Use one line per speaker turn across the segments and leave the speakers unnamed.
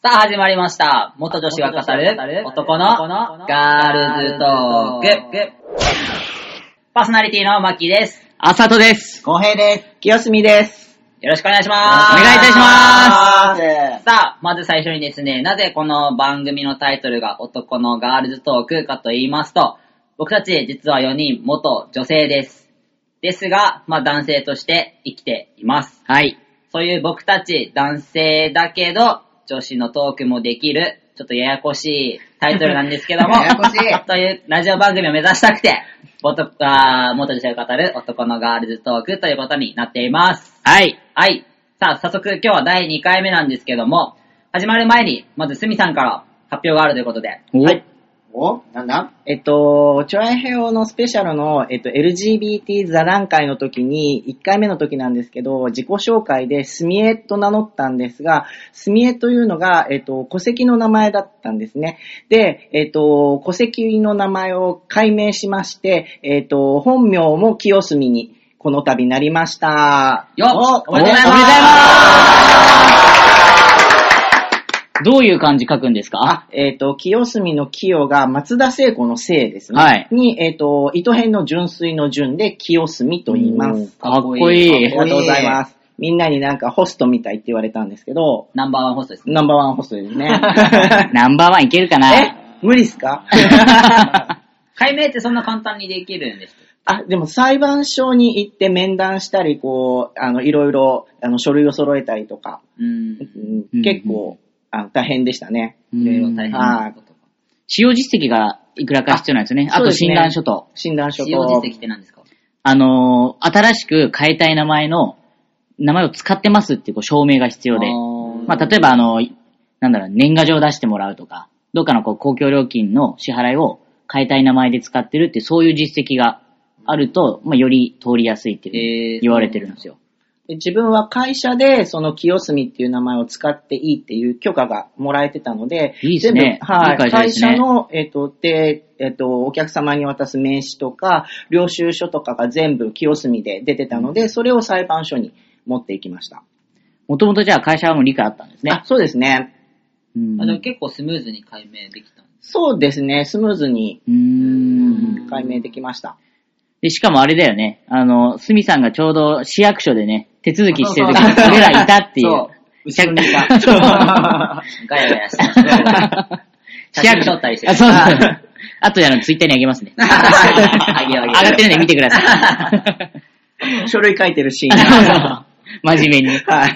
さあ、始まりました。元女子が語る男のガールズトーク。パーソナリティのマッキーです。
あさとです。
公平です。清澄です。。
よろしくお願いします。
お願いいたします
さあ、まず最初にですね、なぜこの番組のタイトルが男のガールズトークかと言いますと、僕たち実は4人元女性です。ですが、まあ男性として生きています。
はい。
そういう僕たち男性だけど、女子のトークもできる、ちょっとややこしいタイトルなんですけ ども、
ややこしい
というラジオ番組を目指したくて、元あー元女性を語る男のガールズトークということになっています。
はい。
はい。さあ、早速今日は第2回目なんですけども、始まる前に、まずすみさんから発表があるということで。
はい。
おなんだ
えっと、チョアヘオのスペシャルの、えっと、LGBT 座談会の時に、1回目の時なんですけど、自己紹介でスミエと名乗ったんですが、スミエというのが、えっと、戸籍の名前だったんですね。で、えっと、戸籍の名前を改名しまして、えっと、本名も清澄に、この度なりました。
よっおめでとうございます
おめでとうございますどういう漢字書くんですか
あ、えっ、と、清澄の清が松田聖子の聖ですね。
はい
に、えっ、と、糸編の純粋の純で清澄と言います。
かっこい
あ
い
り。がとうございます。みんなになんかホストみたいって言われたんですけど、
ナンバーワンホストですね。
ナンバーワンホストです ね。
ナンバーワンいけるか
え
な
無理っすか
解明ってそんな簡単にできるんですか
あ、でも裁判所に行って面談したり、こう、あの、いろいろ、あの、書類を揃えたりとか、
うーん。
うん
うん
結構、あの大変でしたね。
う
いろいろ大変
ん
なことか。
使用実績がいくらか必要なんですよね。
あ
あ
そう
と
ですね
診断書と。
診断書
使
と。
用実績って何ですか
あのー、新しく変えたい名前の、名前を使ってますっていうこう証明が必要で。まあ、例えば、あの、なんだろう、年賀状を出してもらうとか、どっかのこう公共料金の支払いを変えたい名前で使ってるっていう、そういう実績があると、まあ、より通りやすいっていう
えー
言われてるんですよ。
で自分は会社で、その清澄っていう名前を使っていいっていう許可がもらえてたので、
いいです
全
ね
部はい
いい会社で
会
すね
社の、えっ、と、で、えっ、と、お客様に渡す名刺とか、領収書とかが全部清澄で出てたので、それを裁判所に持っていきました。
もともとじゃあ会社はもう理解あったんです
あ
ね。
そうですね。
うん
あじゃあ結構スムーズに解明できたんです
そうですね。スムーズに
うーん
解明できま した。
で、しかもあれだよね。あの、すみさんがちょうど市役所でね、手続きしてる時
そうそう
に俺らいたってい。
そう
後ろにいた
そう
ガ ヤガヤしてました。 写真撮ったりして
あ、そ うそうそう。あとであの、ツイッターにあげますね。
あげようあげよう
上がってるんで見てください。
書類書いてるシーン。
真面目 に。
はい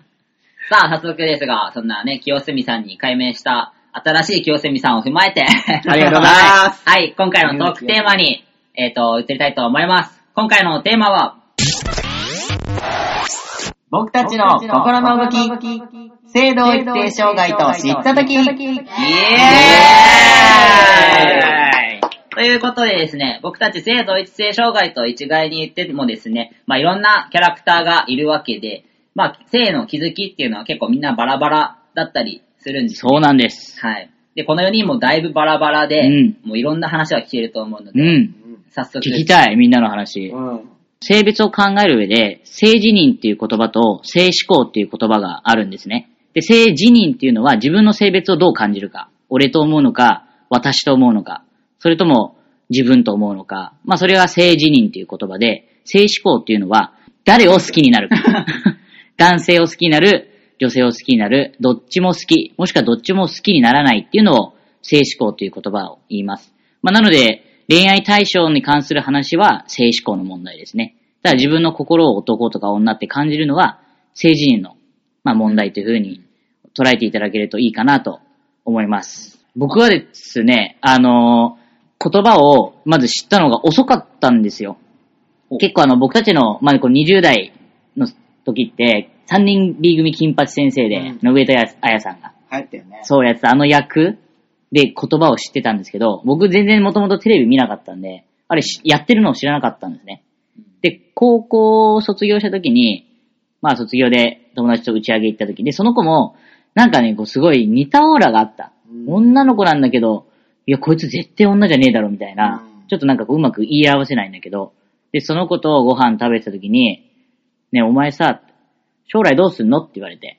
さあ、早速ですが、そんなね、清澄さんに改名した新しい清澄さんを踏まえて、
ありがとうございます。
はい、今回のトークテーマに、えっ、と、移りたいと思います。今回のテーマは、
僕たちの心の動き、性同一性障害と知ったとき、
イエーイということでですね、僕たち性同一性障害と一概に言ってもですね、まあいろんなキャラクターがいるわけで、まあ性の気づきっていうのは結構みんなバラバラだったりするんですよ
そうなんです。
はい。で、この4人もだいぶバラバラで、
うん
もういろんな話は聞けると思うの
う
で、
ん。
早速。
聞きたい、みんなの話。
うん。
性別を考える上で、性自認っていう言葉と性思考っていう言葉があるんですね。で、性自認っていうのは自分の性別をどう感じるか。俺と思うのか、私と思うのか。それとも自分と思うのか。まあ、それが性自認っていう言葉で、性思考っていうのは誰を好きになるか。男性を好きになる、女性を好きになる、どっちも好き、もしくはどっちも好きにならないっていうのを性思考という言葉を言います。まあ、なので、恋愛対象に関する話は性思考の問題ですね。ただ自分の心を男とか女って感じるのは、性自認の、まあ、問題というふうに捉えていただけるといいかなと思います。僕はですね、あのー言葉をまず知ったのが遅かったんですよ。結構あの、僕たちの、まあ、こう20代の時って、3人 B 組金八先生で、
うん
の上戸彩彩さんが、
流行ったよね。
そうやってたあの役で言葉を知ってたんですけど、僕全然もともとテレビ見なかったんで、あれしやってるのを知らなかったんですね。で、高校を卒業した時に、まあ卒業で友達と打ち上げ行った時で、その子も、なんかね、こうすごい似たオーラがあった。
うん
女の子なんだけど、いや、こいつ絶対女じゃねえだろ、みたいな。
うん
ちょっとなんかこううまく言い合わせないんだけど、で、その子とご飯食べてた時に、ね、お前さ、将来どうすんのって言われて。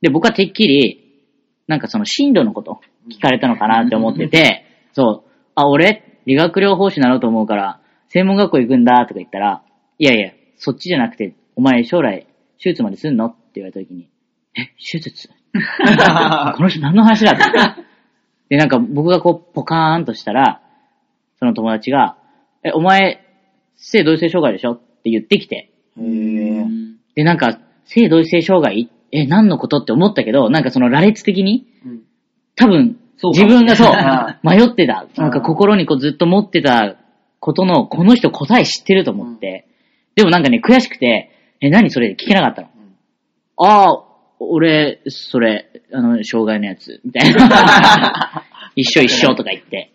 で、僕はてっきり、なんかその進路のこと聞かれたのかなって思ってて、そう、あ、俺、理学療法士になろうと思うから、専門学校行くんだとか言ったら、いやいや、そっちじゃなくて、お前将来、手術まですんのって言われた時に、え、手術 この人何の話だって。で、なんか僕がこう、ポカーンとしたら、その友達が、え、お前、性同一性障害でしょって言ってきて、
へえ。
で、なんか、性同一性障害え、何のことって思ったけど、なんかその羅列的に、
うん
多分、
そうか
自分がそ う
あ、
迷ってた。なんか心にこうずっと持ってたことの、この人答え知ってると思って。でもなんかね、悔しくて、え、何それ聞けなかったの。ああ、俺、それ、あの、障害のやつ、みた いな。一緒一緒とか言って。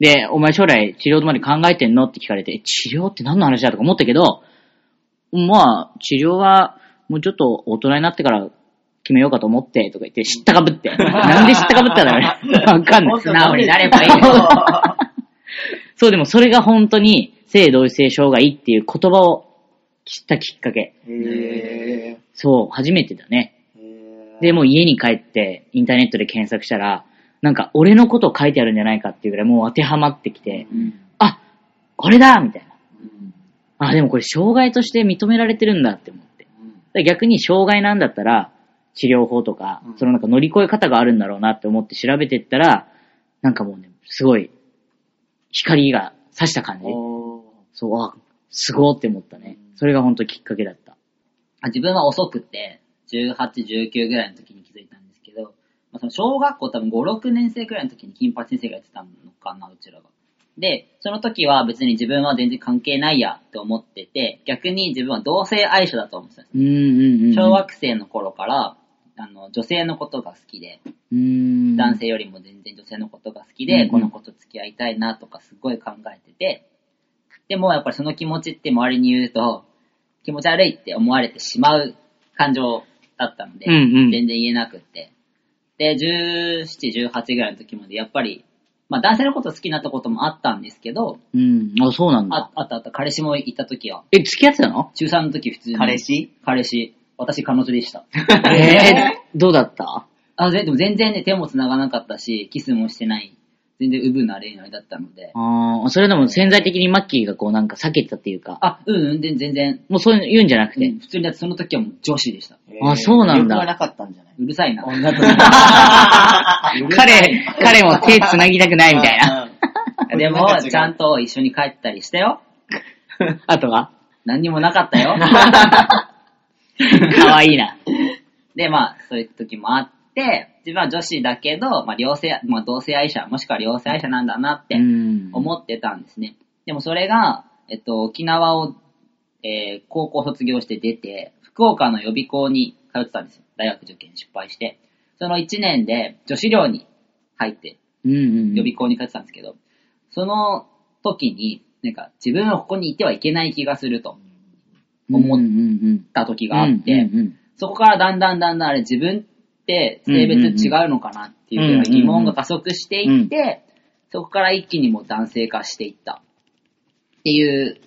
で、お前将来治療まで考えてんのって聞かれて、え治療って何の話だとか思ったけど、まあ、治療は、もうちょっと大人になってから決めようかと思って、とか言って、知ったかぶって。なんで知ったかぶったんだろうね。わかんない。
素直になればいいよ。
そう、でもそれが本当に、性同一性障害っていう言葉を知ったきっかけ。
へえ。
そう、初めてだね。で、
でも、
もう家に帰って、インターネットで検索したら、なんか、俺のこと書いてあるんじゃないかっていうぐらい、もう当てはまってきて、あ、これだみたいな。あ、でもこれ、障害として認められてるんだって思って。だから逆に障害なんだったら、治療法とか
う、ん
そのなんか乗り越え方があるんだろうなって思って調べてったら、なんかもうね、すごい、光が差した感じ。そう、あ、すごーって思ったね。それが本当きっかけだった。
あ自分は遅くて、18、19ぐらいの時に気づいたんですけど、まあ、その小学校多分5、6年生ぐらいの時に金八先生がやってたのかな、うちらが。で、その時は別に自分は全然関係ないやって思ってて、逆に自分は同性愛者だと思ってたんです。
うんうんうん。
小学生の頃から、あの、女性のことが好きで、
うん。
男性よりも全然女性のことが好き
うんう
で、
ん
この子と付き合いたいなとかすごい考えてて、でもやっぱりその気持ちって周りに言うと、気持ち悪いって思われてしまう感情だったので、
うんうん
全然言えなくって。で、17、18ぐらいの時までやっぱり、まあ男性のこと好きになったこともあったんですけど、
うん。あ、そうなんだ
あ。あったあった、彼氏もいた時は、
え、付き合ってたの
中3の時普通に。
彼氏
彼氏。私彼女でした。
えー、どうだった
あ、ででも全然ね、手も繋がなかったし、キスもしてない。全然ウブな恋愛だったので。
ああ、それでも潜在的にマッキーがこうなんか避けてたっていうか、
あ、うんうん、全然、全然。
もうそういうんじゃなくて、
普通にだってその時はもう女子でした。
あそうなんだ
欲がなかったんじゃないう
るさ いな。
女と
彼、彼も手繋ぎたくないみたいな。
な。
でも、ちゃんと一緒に帰ったりしたよ。
あとは、
何にもなかった よ。
かわいいな。
で、まあ、そういう時もあって、自分は女子だけど、まあ、両性、まあ、同性愛者、もしくは両性愛者なんだなって
うん
思ってたんですね。でもそれが、えっと、沖縄を、えー高校卒業して出て、福岡の予備校に通ってたんですよ。大学受験失敗して。その1年で女子寮に入って、
うんうん。
予備校に通ってたんですけど、その時に、なんか自分はここにいてはいけない気がすると思思っ
うんうん
った時があって、
うんうんうん
そこからだんだんだんだんあれ自分って性別違うのかなっていうような疑問が加速していって、そこから一気にもう男性化していったっていう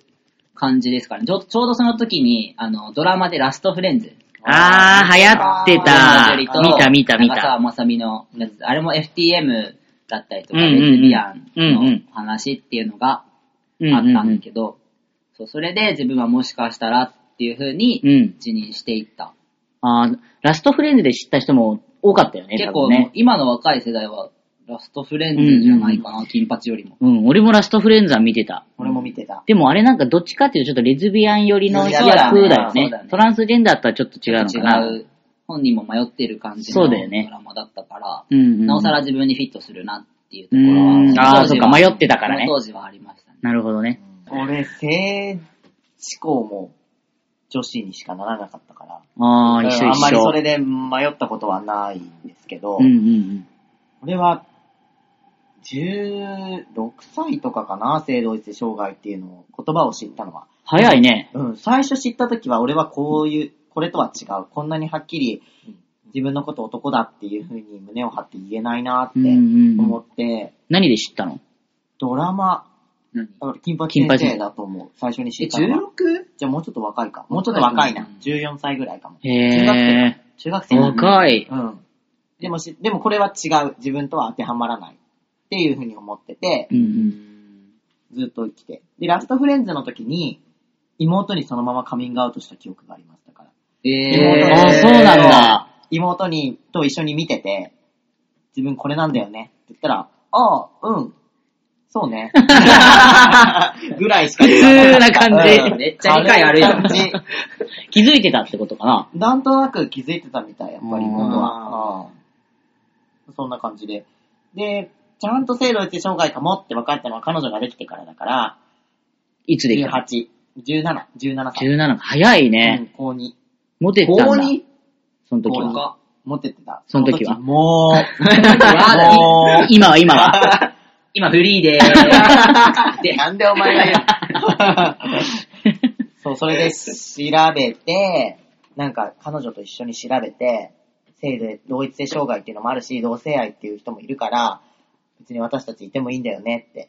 感じですかね。ちょちょうどその時にあのドラマでラストフレンズ。
あー、流行ってた。見た見た見
長澤
た。
まさみのやつ、あれも FTM だったりとか、
うんうんうん
レズビアン
うんう
の
ん
話っていうのが
う
あったん
ん
だけど、そうそれで自分はもしかしたらっていう風
う
に
ん。
自認していった。
あーラストフレンズで知った人も多かったよね、
結
多
構、
分ね。
今の若い世代はラストフレンズじゃないかな、金八よりも。
うん、俺もラストフレンズは見てた。
俺も見てた。
でもあれなんかどっちかっていうとちょっとレズビアン寄りの
そう
役
だね
だよ
そう
ね
だね。
トランスジェンダーとはちょっと違うのかな。
違う、本人も迷ってる感じ
そ
の
う
ド
だよね
ラマだったから、
うんうんうん
なおさら自分にフィットするなっていうとこ
う
ろ
ん
は、
あー
その当時
そ
は
うか迷ってたからね
その当時はありましたね。
なるほどね。
俺、性思考も女子にしかならなかったから。
ああ、
うん
一緒
あんま
一
りそ
緒。
れで迷ったことはないんですけど、
うんうん
俺は、16歳とかかな、性同一性障害っていうのを、言葉を知ったのは。
早いね。
うん、最初知った時は俺はこういう、これとは違う。こんなにはっきり自分のこと男だっていう風に胸を張って言えないなって
うんうんう
思
ん。
って、
何で知ったの
ドラマ、
何
だから金八
金
先
八
生だと思う。最初に知
え、
ったのは。
16?
じゃあもうちょっと若いか。もうちょっと若いな
うん。
14歳ぐらいかも。
へ
中学生
え。
中学生なんだ
若い。
うん。でもし、でもこれは違う。自分とは当てはまらない。っていうふうに思ってて、
うんうん。
ずっと生きて。で、ラストフレンズの時に、妹にそのままカミングアウトした記憶があります。だから。
え
妹
ー、
が
あ、そうなんだ。
妹に、と一緒に見てて、自分これなんだよね。って言ったら、ああ、うん。そうね。 ぐらいしか
普通
言わな。
ない感
うん
じ。
めっちゃ理解あるやん
軽い感じ
気づいてたってことかな。
なんとなく気づいてたみたい、やっぱり
うん
僕は。うんそんな感じで。で、ちゃんと制度って障害かもって分かったのは彼女ができてからだから、
いつできた
18、17、17歳。
?17 早いうね
ん。高2。
モテてたんだ。
に
その時
高
そう
は。
か
2持ってってた。
その時は
もう、も
今は今 は。
今フリー でーす。
う、
で
なんでお前が言う そう、それで調べて、なんか彼女と一緒に調べて、性で同一性障害っていうのもあるし、同性愛っていう人もいるから、別に私たちいてもいいんだよねって、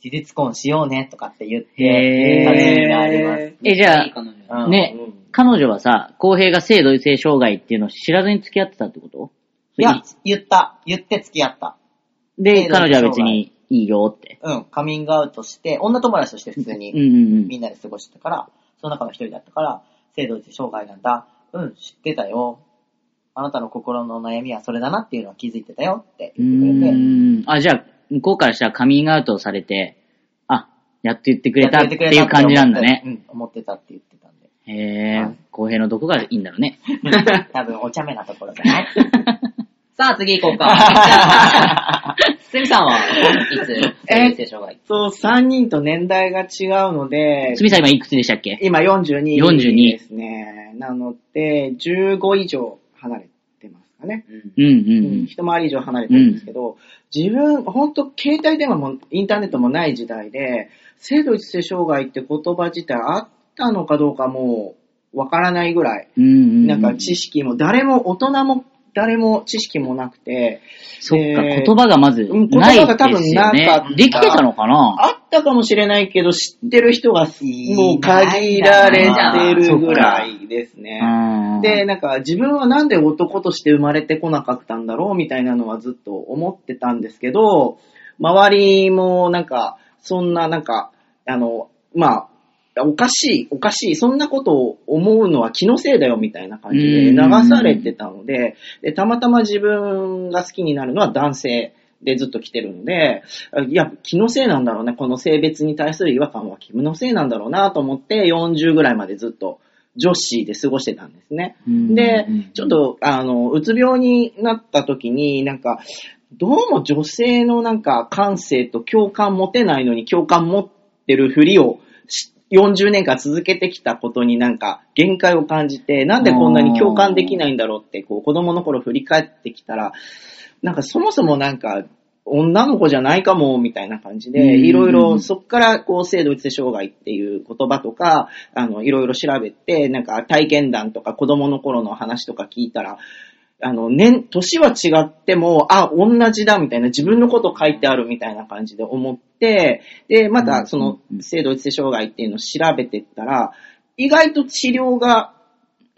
事実婚しようねとかって言って、
へー
た時期があります。
え、じゃ
いい
あ、
彼女
うん
ね彼女はさ、公平が性同一性障害っていうのを知らずに付き合ってたってこと
いや、言った。言って付き合った。
で、
性同一
彼女は別にいいよって。
うん、カミングアウトして、女友達として普通
うん
に
うんうん
み。んなで過ごしてたから、その中の一人だったから、性同一障害なんだ。うん、知ってたよ。あなたの心の悩みはそれだなっていうのは気づいてたよって
う
言ってくれて、
ーん。あ、じゃあ、向こうからしたらカミングアウトをされて、あ、やっと言ってくれたっていう感じなんだね。
うん、思ってたって言ってたんで。
へえ、公平のどこがいいんだろうね。
多分お茶目なところじゃない
さあ、次行 こうか。すみさんはいつ性性障害
そう、3人と年代が違うので、
つみさん今いくつでしたっけ
今42
42
ですね。なので、15以上離れてますかね。
うんう
うんん、一回り以上離れてるんですけど、自分、本当携帯電話もインターネットもない時代で、性同一性障害って言葉自体あったのかどうかもうわからないぐらい、
うん。うんうん。
なんか知識も誰も、大人も誰も知識もなくて、
そっか、
えー
言葉がまず
うん
ない
言葉が多
で
分
す
な
よ
かった
ね。できてたのかな
あったかもしれないけど、知ってる人が
い
もう限られてるぐらいですね。
うん
で、なんか自分はなんで男として生まれてこなかったんだろうみたいなのはずっと思ってたんですけど、周りもなんか、そんななんか、あの、まあ、おかしい、おかしい、そんなことを思うのは気のせいだよみたいな感じで流されてたので、で、たまたま自分が好きになるのは男性でずっと来てるので、いや、気のせいなんだろうね。この性別に対する違和感は気のせいなんだろうなと思って、40ぐらいまでずっと女子で過ごしてたんですね。
うん
で
うんうん、
ちょっと、あの、うつ病になった時に、なんか、どうも女性のなんか感性と共感持てないのに共感持ってるふりをし40年間続けてきたことになんか限界を感じて、なんでこんなに共感できないんだろうって、こう子供の頃振り返ってきたら、なんかそもそもなんか、女の子じゃないかも、みたいな感じで、
うん
いろいろ、そっから、こう、性同一性障害っていう言葉とか、あの、いろいろ調べて、なんか、体験談とか、子供の頃の話とか聞いたら、あの、年、年は違っても、あ、同じだ、みたいな、自分のこと書いてあるみたいな感じで思って、で、ま
うん
た、その
う、ん
性同一性障害っていうのを調べてったら、意外と治療が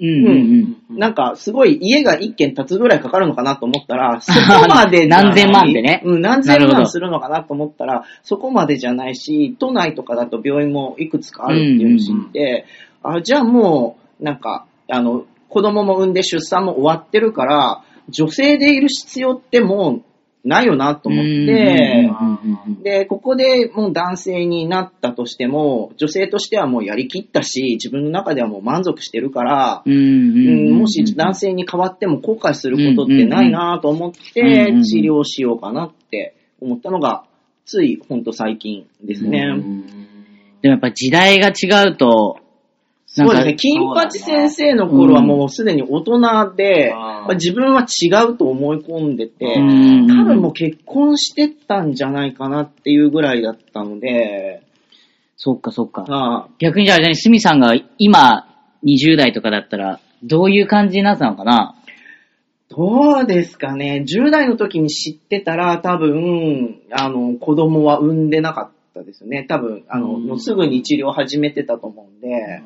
うんうんうん。
なんか、すごい家が一軒建つぐらいかかるのかなと思った ら、そこまでじゃない
何千万ってね
うん、何
な
千
るほど
万するのかなと思ったら、そこまでじゃないし、都内とかだと病院もいくつかあるっていうのを知って、あ、じゃあもう、なんか、あの、子供も産んで出産も終わってるから、女性でいる必要ってもうないよなと思って、
うんうんうんうん
で、ここでもう男性になったとしても、女性としてはもうやりきったし、自分の中ではもう満足してるから、
うんうんうん
うんもし男性に変わっても後悔することってないなと思って
うんうん
治療しようかなって思ったのが、ついほんと最近ですね。
でもやっぱ時代が違うと、なん
そうで
か
すね。金八先生の頃はもうすでに大人で、
うん
まあ自分は違うと思い込んでて、
うん
多分もう結婚してたんじゃないかなっていうぐらいだったので、
そっかそっか。
ああ
逆にじゃあ、じゃあスミさんが今20代とかだったら、どういう感じになってたのかな
どうですかね。10代の時に知ってたら、多分、あの、子供は産んでなかったですね。多分、あの、
うん
もうすぐに治療始めてたと思うんで。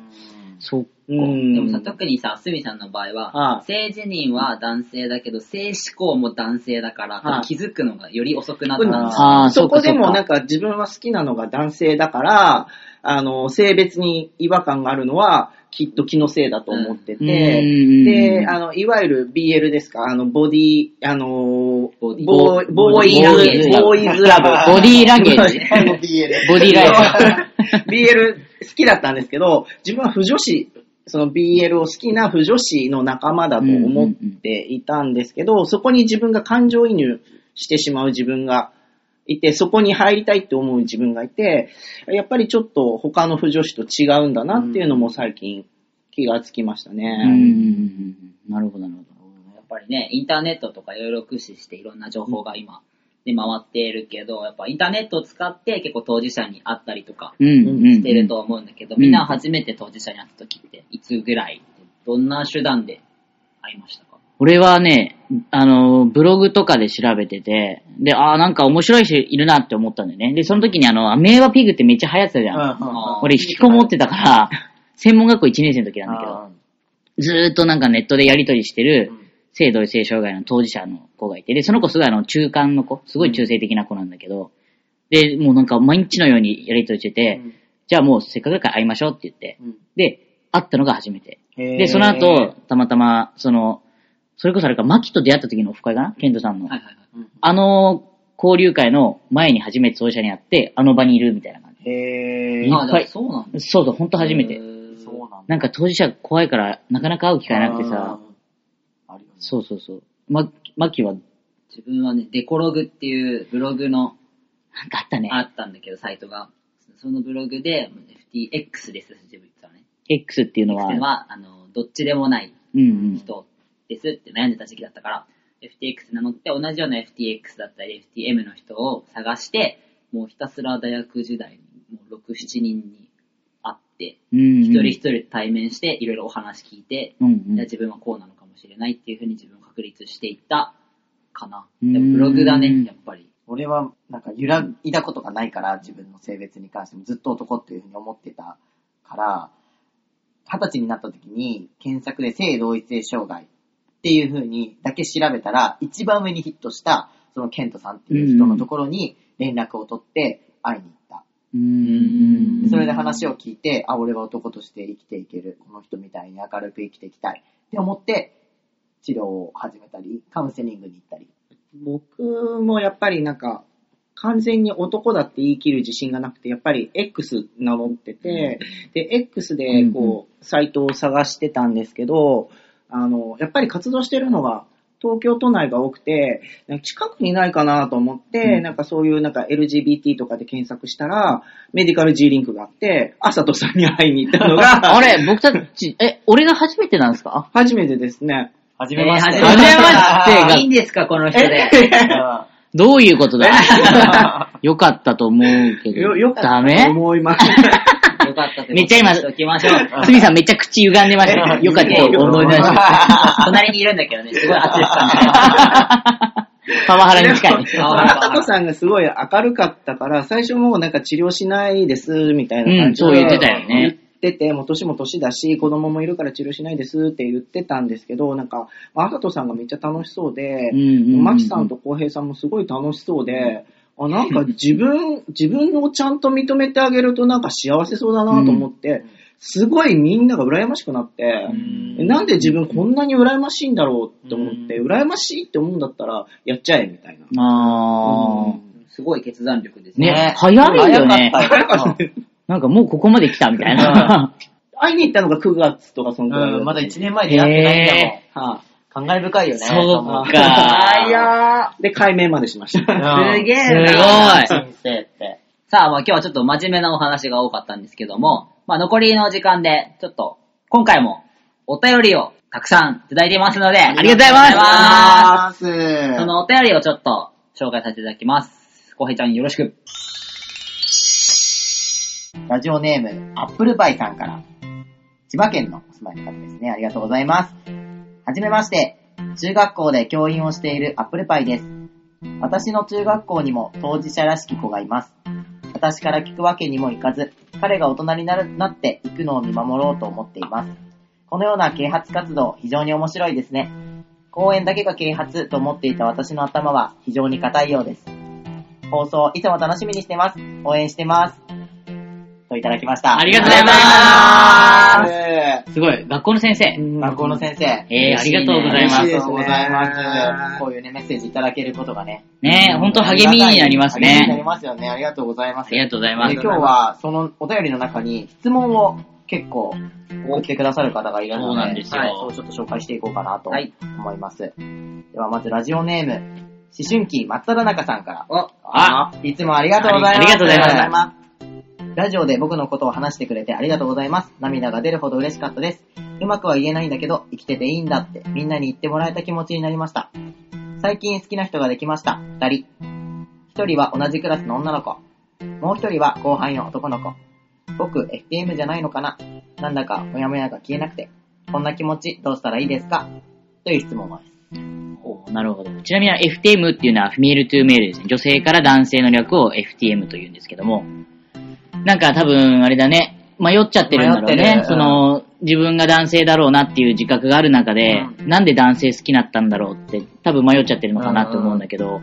そっ
うん
でもさ、特にさ、すみさんの場合
は
は、
い
性自認は男性だけど、性思考も男性だから、多
は
分
い
気づくのがより遅くなっ
う
た
ん
んですよ
あー
そこで
そうかそうか
もなんか自分は好きなのが男性だから、あの、性別に違和感があるのはきっと気のせいだと思ってて、
うんうん
で、あの、いわゆる BL ですか、あの、ボディ、あの、
ボ
ボー
ディ
イボ
ボ
ーイ
ボーイ
ズ、
ズ
ボーイズラブ。
ボディーラゲ ージ。
の BL。
ボディーラ
BL 好きだったんですけど、自分は不女子、その BL を好きな不女子の仲間だと思っていたんですけど、そこに自分が感情移入してしまう自分がいて、そこに入りたいって思う自分がいて、やっぱりちょっと他の不女子と違うんだなっていうのも最近気がつきました
ゲージ。うんうん
ね。
うんうんなるほど、なるほど。
やっぱりね、インターネットとかいろいろ駆使していろんな情報が今、ね、回っているけど、やっぱインターネットを使って結構当事者に会ったりとか
うんうんうん。
してると思うんだけど、
うん
みんな初めて当事者に会った時って、いつぐらい、どんな手段で会いましたか
俺はね、あの、ブログとかで調べてて、で、ああ、なんか面白い人いるなって思ったんだよね。で、その時にあの、アメーバピグってめっちゃ流行ってたじゃん。
あー
俺引きこもってたから、専門学校1年生の時なんだけど、ずーっとなんかネットでやりとりしてる
うん、
性同一性障害の当事者の子がいて、で、その子すごいあの、中間の子、すごい中性的な子なんだけど、で、もうなんか毎日のようにやりとりしてて、
うん
じゃあもうせっかくだから会いましょうって言って、
うん
で、会ったのが初めて。
で
で、その後、たまたま、その、それこそあれか、マキと出会った時のオフ会かなケントさんの。
はいはいはい。
あの、交流会の前に初めて当事者に会って、あの場にいるみたいな感
へ
いっ
ー
ぱ
あ、
い
でもそうなんだ。
じ。そうそう、ほんと初め
へ
て。
ー
そうなんだ。
なんか当事者怖いから、なかなか会う機会なくてさ、
あー。あるよね
そうそうそう。ママキは、なん
自分はね、デコログっていうブログの
かあったね。
あったんだけど、サイトが。そのブログで、FTX です、自分言ってたのね。
X っていうの
X
は、
では、あの、どっちでもない
うんうん。
人ですって悩んでた時期だったから、FTX 名乗って同じような FTX だったり FTM の人を探して、もうひたすら大学時代にもう6、7人に会って、
うんうん。
一人一人対面していろいろお話聞いて、
うん
じ
う
ゃあ
ん。
自分はこうなのかもしれないっていうふうに自分を確立していったかな。
うん
でもブログだね、やっぱり。
俺は、なんか、揺らいだことがないから、自分の性別に関しても、ずっと男っていうふうに思ってたから、二十歳になった時に、検索で性同一性障害っていうふうにだけ調べたら、一番上にヒットした、そのケントさんっていう人のところに連絡を取って会いに行った。
うん
でそれで話を聞いて、あ、俺は男として生きていける。この人みたいに明るく生きていきたい。って思って、治療を始めたり、カウンセリングに行ったり。
僕もやっぱりなんか、完全に男だって言い切る自信がなくて、やっぱり X 名乗ってて、で、X で
うん
こう、サイトを探してたんですけど、あの、やっぱり活動してるのが、東京都内が多くて、なんか近くにないかなと思って、
うん
なんかそういうなんか LGBT とかで検索したら、メディカル G リンクがあって、朝とさんに会いに行ったのが、
あれ、僕たち、え、俺が初めてなんですか
初めてですね。
始
えー初
て初めましてが
いいんですか、この人で。
どういうことだよかったと思うけ ど。
よ、よか
ダ
ったと
メ
思い ます。
よかったということで
めっちゃ今
しておきましょう。
すみさんめっちゃ口歪んでましたよ。よかったと思いまし た。
隣にいるんだけどね、すごい熱いさ
パワハラに近い。
あー
あさこさんがすごい明るかったから、最初もうなんか治療しないです、みたいな感じで、
うんそう言ってたよね
言ってて、もう年も年だし、子供もいるから治療しないですって言ってたんですけど、なんか、あさとさんがめっちゃ楽しそうで、
うんうんうん
まきさんとこうへいさんもすごい楽しそうで、あ、なんか自 分、自分をちゃんと認めてあげるとなんか幸せそうだなと思って、すごいみんなが羨ましくなって、なんで自分こんなに羨ましいんだろうって思って、
うん
羨ましいって思うんだったら、やっちゃえ、みたいな。
あー。
すごい決断力ですね。
ね、早いよね。
早かったよ
なんかもうここまで来たみたいな。
会いに行ったのが9月とかそのぐらいだった
うんまだ1年前に会ってないんだもん。
へ
は
感慨深いよね。
そう
思う
か。
い、やーで、解明までしました。
すげえ
す
な。
ごい。
人生って。
さあ、まあ今日はちょっと真面目なお話が多かったんですけども、まあ残りの時間で、ちょっと、今回もお便りをたくさんいただいていますので、あ
りがとうございます
りがとうございま
ます。
すそのお便りをちょっと紹介させていただきます。こへちゃんよろしく。
ラジオネーム、アップルパイさんから、千葉県のお住まいの方ですね。ありがとうございます。はじめまして、中学校で教員をしているアップルパイです。私の中学校にも当事者らしき子がいます。私から聞くわけにもいかず、彼が大人になるなって行くのを見守ろうと思っています。このような啓発活動、非常に面白いですね。公演だけが啓発と思っていた私の頭は非常に硬いようです。放送、いつも楽しみにしてます。応援してます。といただきました。。
ありがとうございますすごい、学校の先生。
学校の先生。
えー、ありがとうござい
あ
ま
り
す。
がとうございま。
嬉しいですす
こういうね、メッセージいただけることがね。
ね本当励みになります
励みになり
ね。
ますよね。ありがとうございま
あ
す。
りがとうございます
で。今日は、そのお便りの中に質問を結構送ってくださる方がいるので、
そうなんですよ
はいそうちょっと紹介していこうかなと
はい
思います。ではまずラジオネーム、思春期真っ只中さんから。
お、
あ
いつもありがとうござい
あ
ます。
りがとうございます
ありがす。ラジオで僕のことを話してくれてありがとうございます。涙が出るほど嬉しかったです。うまくは言えないんだけど、生きてていいんだって、みんなに言ってもらえた気持ちになりました。最近好きな人ができました。二人。一人は同じクラスの女の子。もう一人は後輩の男の子。僕、FTM じゃないのかななんだか、もやもやが消えなくて。こんな気持ち、どうしたらいいですかという質問です。
おなるほど。ちなみにあの FTM っていうのはフィメールトゥーメールですね。女性から男性の略を FTM と言うんですけども、なんか多分あれだね、迷っちゃってるんだろう
迷って
ね
る。
その、自分が男性だろうなっていう自覚がある中で、なんで男性好きになったんだろうって多分迷っちゃってるのかなと思うんだけど、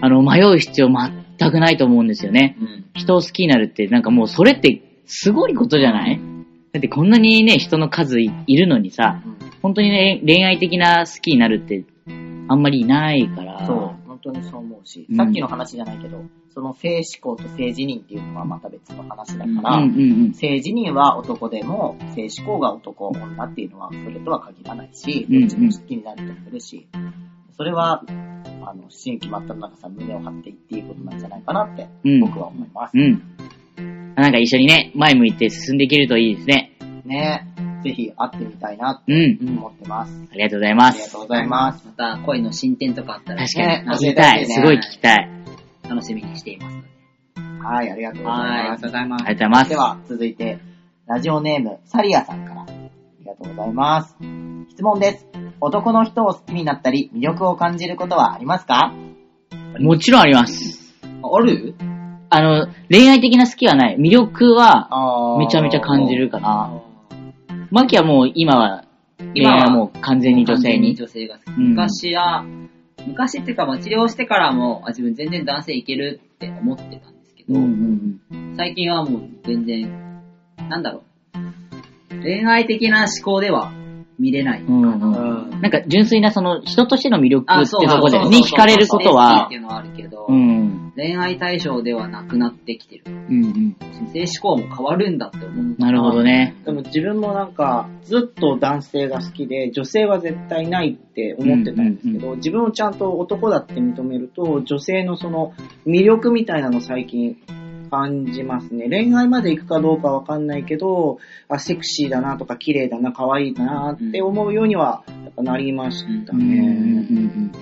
あの、迷う必要全くないと思うんですよね。
うん。
人を好きになるって、なんかもうそれってすごいことじゃないだってこんなにね、人の数いいるのにさ、本当にね、恋愛的な好きになるって、あんまりいないから。
そう、本当にそう思うし、
うん
さっきの話じゃないけど、その性思考と性自認っていうのはまた別の話だか
うん
ら、
うんうん。
性自認は男でも、性思考が男、女っていうのはそれとは限らないし、
うん
どっちも好きになる人もいるし、それは、あの、新規真った中さん胸を張っていっていいことなんじゃないかなって、
うん
僕は思います。
うん。なんか一緒にね、前向いて進んでいけるといいですね。
ねぜひ会ってみたいなっ
う
て
ん。
思ってます。
ありがとうございま
ありが
す
とう。ございます。
また恋の進展とかあったら
確かに、
ね
聞きたい。
教えてほしいね
すごい聞きたい。
楽しみにしています。
はい、ありがとうござい
はい
ます。
りがとうございま
ありがとうござい
で
ま
は、続いて、ラジオネーム、サリアさんから。ありがとうございます。質問です。男の人を好きになったり、魅力を感じることはありますか
す。もちろんあります。
ある
あの、恋愛的な好きはない。魅力は、
あ
めちゃめちゃ感じ。るか
あ
な。マキはもう今は、恋愛はもう完全に女性に。
女性が好き。
うん
昔は、昔っていうか、まあ治療してからも、あ自分全然男性いけるって思ってたんですけ
う
ど、
んうん
最近はもう全然、なんだろう。恋愛的な思考では見れない。
うん。うんうん
ん。
なんか純粋なその人としての魅力
あ
って
そう
と
そ
こ
う
で
そう
に惹かれること
好きっ
は
て、いうのはあるけど、
うん。
恋愛対象ではなくなってきてる。
うんうん。
性思考も変わるんだって思う。
なるほどね。
でも自分もなんか、ずっと男性が好きで、女性は絶対ないって思ってたんですけど、自分をちゃんと男だって認めると、女性のその魅力みたいなの最近感じますね。恋愛まで行くかどうかわかんないけど、あ、セクシーだなとか綺麗だな、可愛いなって思うようには、やっぱなりました
うんうん
ね。
うん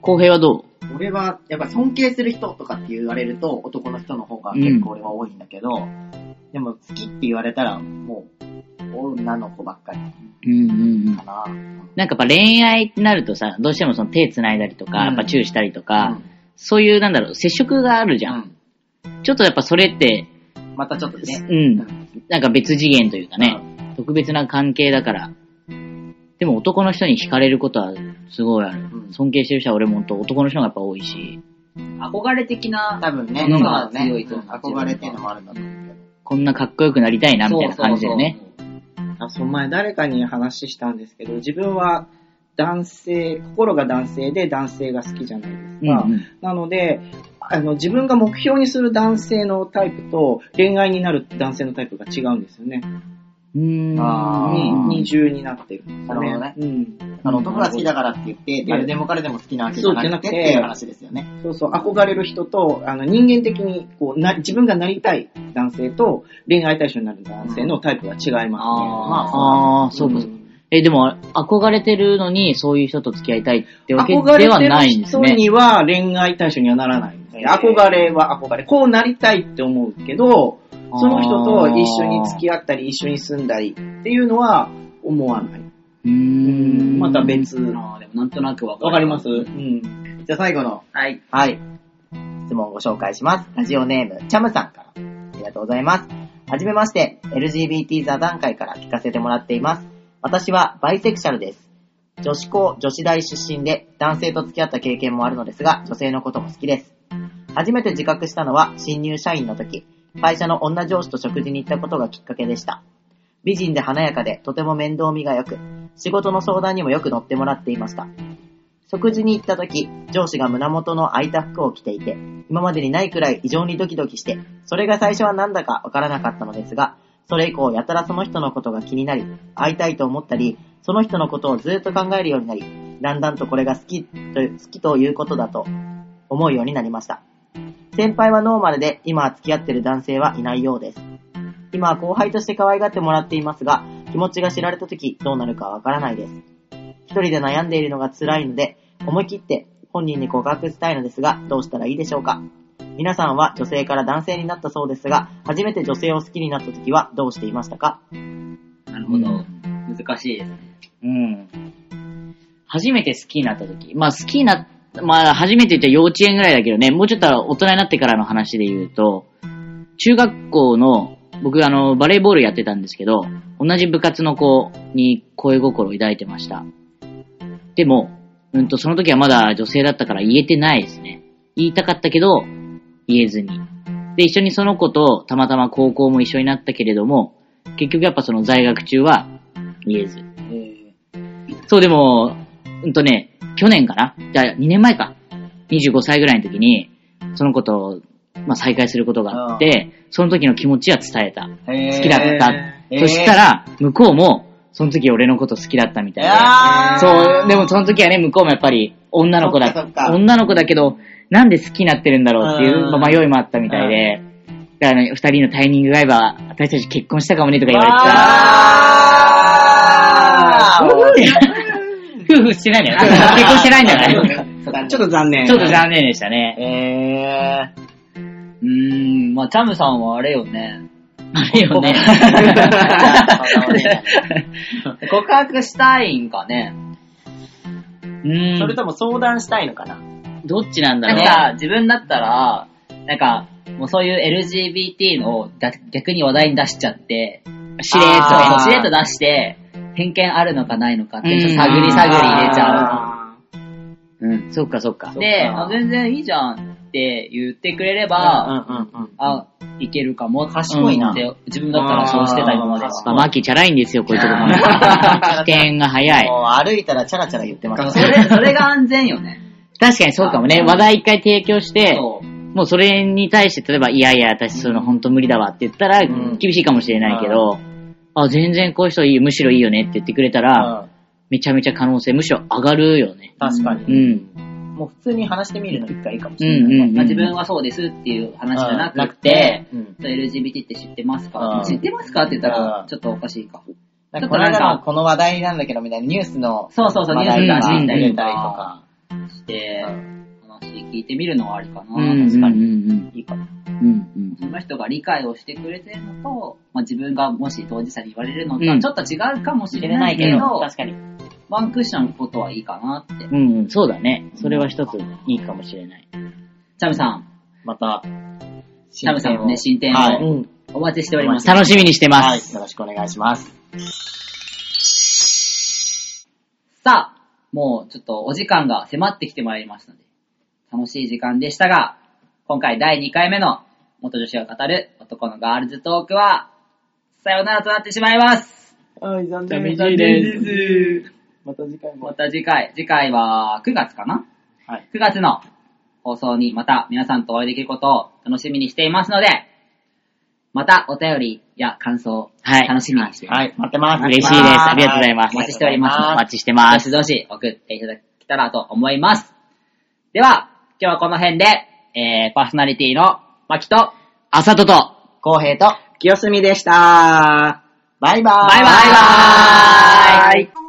公平はど
俺は、やっぱ尊敬する人とかって言われると、男の人の方が結構俺は多いんだけど、でも好きって言われたら、もう、女の子ばっかり
ううんうんうん
かな。
なんかやっぱ恋愛ってなるとさ、どうしてもその手繋いだりと
うん
か、やっぱチューしたりと
う
か
ん、
そういうなんだろう、接触があるじゃん。ちょっとやっぱそれって、
うんまたちょっとね。
う、
うんん
なんか別次元というかね、特別な関係だから。でも男の人に惹かれることはすごいある。
うん
尊敬してる人は俺も本当男の人がやっぱ多いし、
憧れ的な、
多分ね、
うん
そうだね
強いと思う
憧れてるのもあるんだと思うけど。
こんなかっこよくなりたいなみたいな感じでね。
そうそうそう。
あ、そう、前誰かに話したんですけど、自分は男性、心が男性で男性が好きじゃないです
うんう
か。
ん
なので、あの、自分が目標にする男性のタイプと、恋愛になる男性のタイプが違うんですよね。
うーん。
あー
に二重になってるんですよね。
なるほどね
うん。
あの、男が好きだからって言って、
ん
誰でも彼でも好きなわけじゃなくてっていう話ですよね。
そうそう、憧れる人と、あの、人間的に、こう、な、自分がなりたい男性と、恋愛対象になる男性のタイプが違いますね。
あ
ま
ああ、
う
そうか。
ん
え、でも、憧れてるのに、そういう人と付き合いたいってわけ
憧れ
では
て
ないん
る
です
人
ね。
には恋愛対象にはならないんですね。
へー
憧れは憧れ。こうなりたいって思うけど、その人と一緒に付き合ったり、一緒に住んだりっていうのは思わない。
うーん。
また。別。
あーでもなんとなくわかる。
わかりますうん。
あ、じゃあ最後の、
はい。
はい、質問をご紹介します。ラジオネーム、チャムさんから。ありがとうございます。はじめまして、LGBT 座談会から聞かせてもらっています。私はバイセクシャルです。女子校、女子大出身で男性と付き合った経験もあるのですが、女性のことも好きです。初めて自覚したのは新入社員の時、会社の女上司と食事に行ったことがきっかけでした。美人で華やかでとても面倒見が良く、仕事の相談にもよく乗ってもらっていました。食事に行った時、上司が胸元の空いた服を着ていて、今までにないくらい異常にドキドキして、それが最初はなんだかわからなかったのですが、それ以降やたらその人のことが気になり、会いたいと思ったり、その人のことをずっと考えるようになり、だんだんとこれが好きと好きということだと思うようになりました。先輩はノーマルで今は付き合ってる男性はいないようです。今は後輩として可愛がってもらっていますが、気持ちが知られた時どうなるかわからないです。一人で悩んでいるのが辛いので、思い切って本人に告白したいのですが、どうしたらいいでしょうか皆さんは女性から男性になったそうですが、初めて女性を好きになった時はどうしていましたか
なるほど。難しいですね。
うん。初めて好きになった時。まあ好きになっまあ初めてって幼稚園ぐらいだけどね、もうちょっと大人になってからの話で言うと、中学校の、僕あの、バレーボールやってたんですけど、同じ部活の子に恋心を抱いてました。でも、うんと、その時はまだ女性だったから言えてないですね。言いたかったけど、言えずに。で、一緒にその子とたまたま高校も一緒になったけれども、結局やっぱその在学中は言えず。そう、でも、うんとね、去年かなじゃあ2年前か。25歳ぐらいの時に、その子と、まあ、再会することがあって、その時の気持ちは伝えた。好
好
きだった。
えー
そしたら、向こうも、その時俺のこと好きだったみたい
あ
で。
ー
そう、でもその時はね、向こうもやっぱり、女の子だ
そっかそっか
女の子だけど、なんで好きになってるんだろうっていう
うん
まあ迷いもあったみたいで。だからね、二人のタイミングが合えば、私たち結婚したかもねとか言われて
わー
た。 夫婦してないん だよ。結婚してないんだからね。
ちょっと残念。
ちょっと残念でしたね。
えー、
うーん、まあチャムさんはあれよ ね。
あれよね。
告白したいんかね。
うん
それとも相談したいのかな
どっちなんだ
な
ろ
ん
う。
か、自分だったら、なんか、もうそういう LGBT のを逆逆に話題に出しちゃって、
し
そ
れ
う
ー
あー
しれっと出して、偏見あるのかないのかって、ちょっと
うん
探り探り入れちゃ
とね。うん、そっかそっか
う。。
ん
で、
そっか
あ全然いいじゃんって言ってくれれば、
うんうんうんうん。
あ、いけるかも。
賢
いな
って自分だったらそうしてた今まで。
まあ、マキチャラいんですよ、こういうとこ も。危険が早い。
もう歩いたらチャラチャラ言ってます
それ、 それが安全よね。
確かにそうかもね。
あー
話題一回提供して、
そう。
もうそれに対して、例えば、いやいや、私そういうの本当無理だわって言ったら、
ん
厳しいかもしれないけど、あ、全然こういう人いい、むしろいいよねって言ってくれたら、
うん
めちゃめちゃ可能性、むしろ上がるよね。
確か
う
に。
ん。
もう普通に話してみるの一回いいかも
う
し
んう
れな
ん
い。
うん。
まあ、自分はそうですっていう話じゃなくて、そう LGBT って知ってます
う
か
ん
知ってますかって言った
う
ら
ん、
ちょっとおかしいか。
なん
ちょ
か
っ
ことの
なんか
間のこの話題なんだけどみたいなニュースの
そうそうそう、
話
ニュース出
題が
してき
出
た
たり
り
と
とか
か。
して
う、
話聞いてみるのはありかな。
うん
確か
うん
に。
うん
いいかも。
うん。うん
その人が理解をしてくれてるのと、まあ、自分がもし当事者に言われるのと
うん
はちょっと違うかもしれないけど、確かに。ワンクッションことはいいかなって。
うん。うんうん、そうだね。それは一ついいかもしれない。
チャムさん、
また、
チャムさんのね、
新
進展
はい
をお待ちしております。
楽しみにしてま
はい、
す。
よろしくお願いします。
さあ、もうちょっとお時間が迫ってきてまいりましたので、楽しい時間でしたが、今回第2回目の元女子が語る男のガールズトークは、さようならとなってしまいます。
はい、残
寂しいです
また次回も
ま。た次回、次回は9月かな
はい。
9月の放送にまた皆さんとお会いできることを楽しみにしていますので、またお便りや感想、
はい
楽しみにしています。
はい、待ってます。
嬉しいです。ありがとうございます。
お待ちしております
お待ちして
ど
ま
し
す。
どし送っていただけたらと思います。では、今日はこの辺で、えー、パーソナリティのマキと、バ
あさとと、
公平と、
清澄でした。
バイバーイ
イバーイ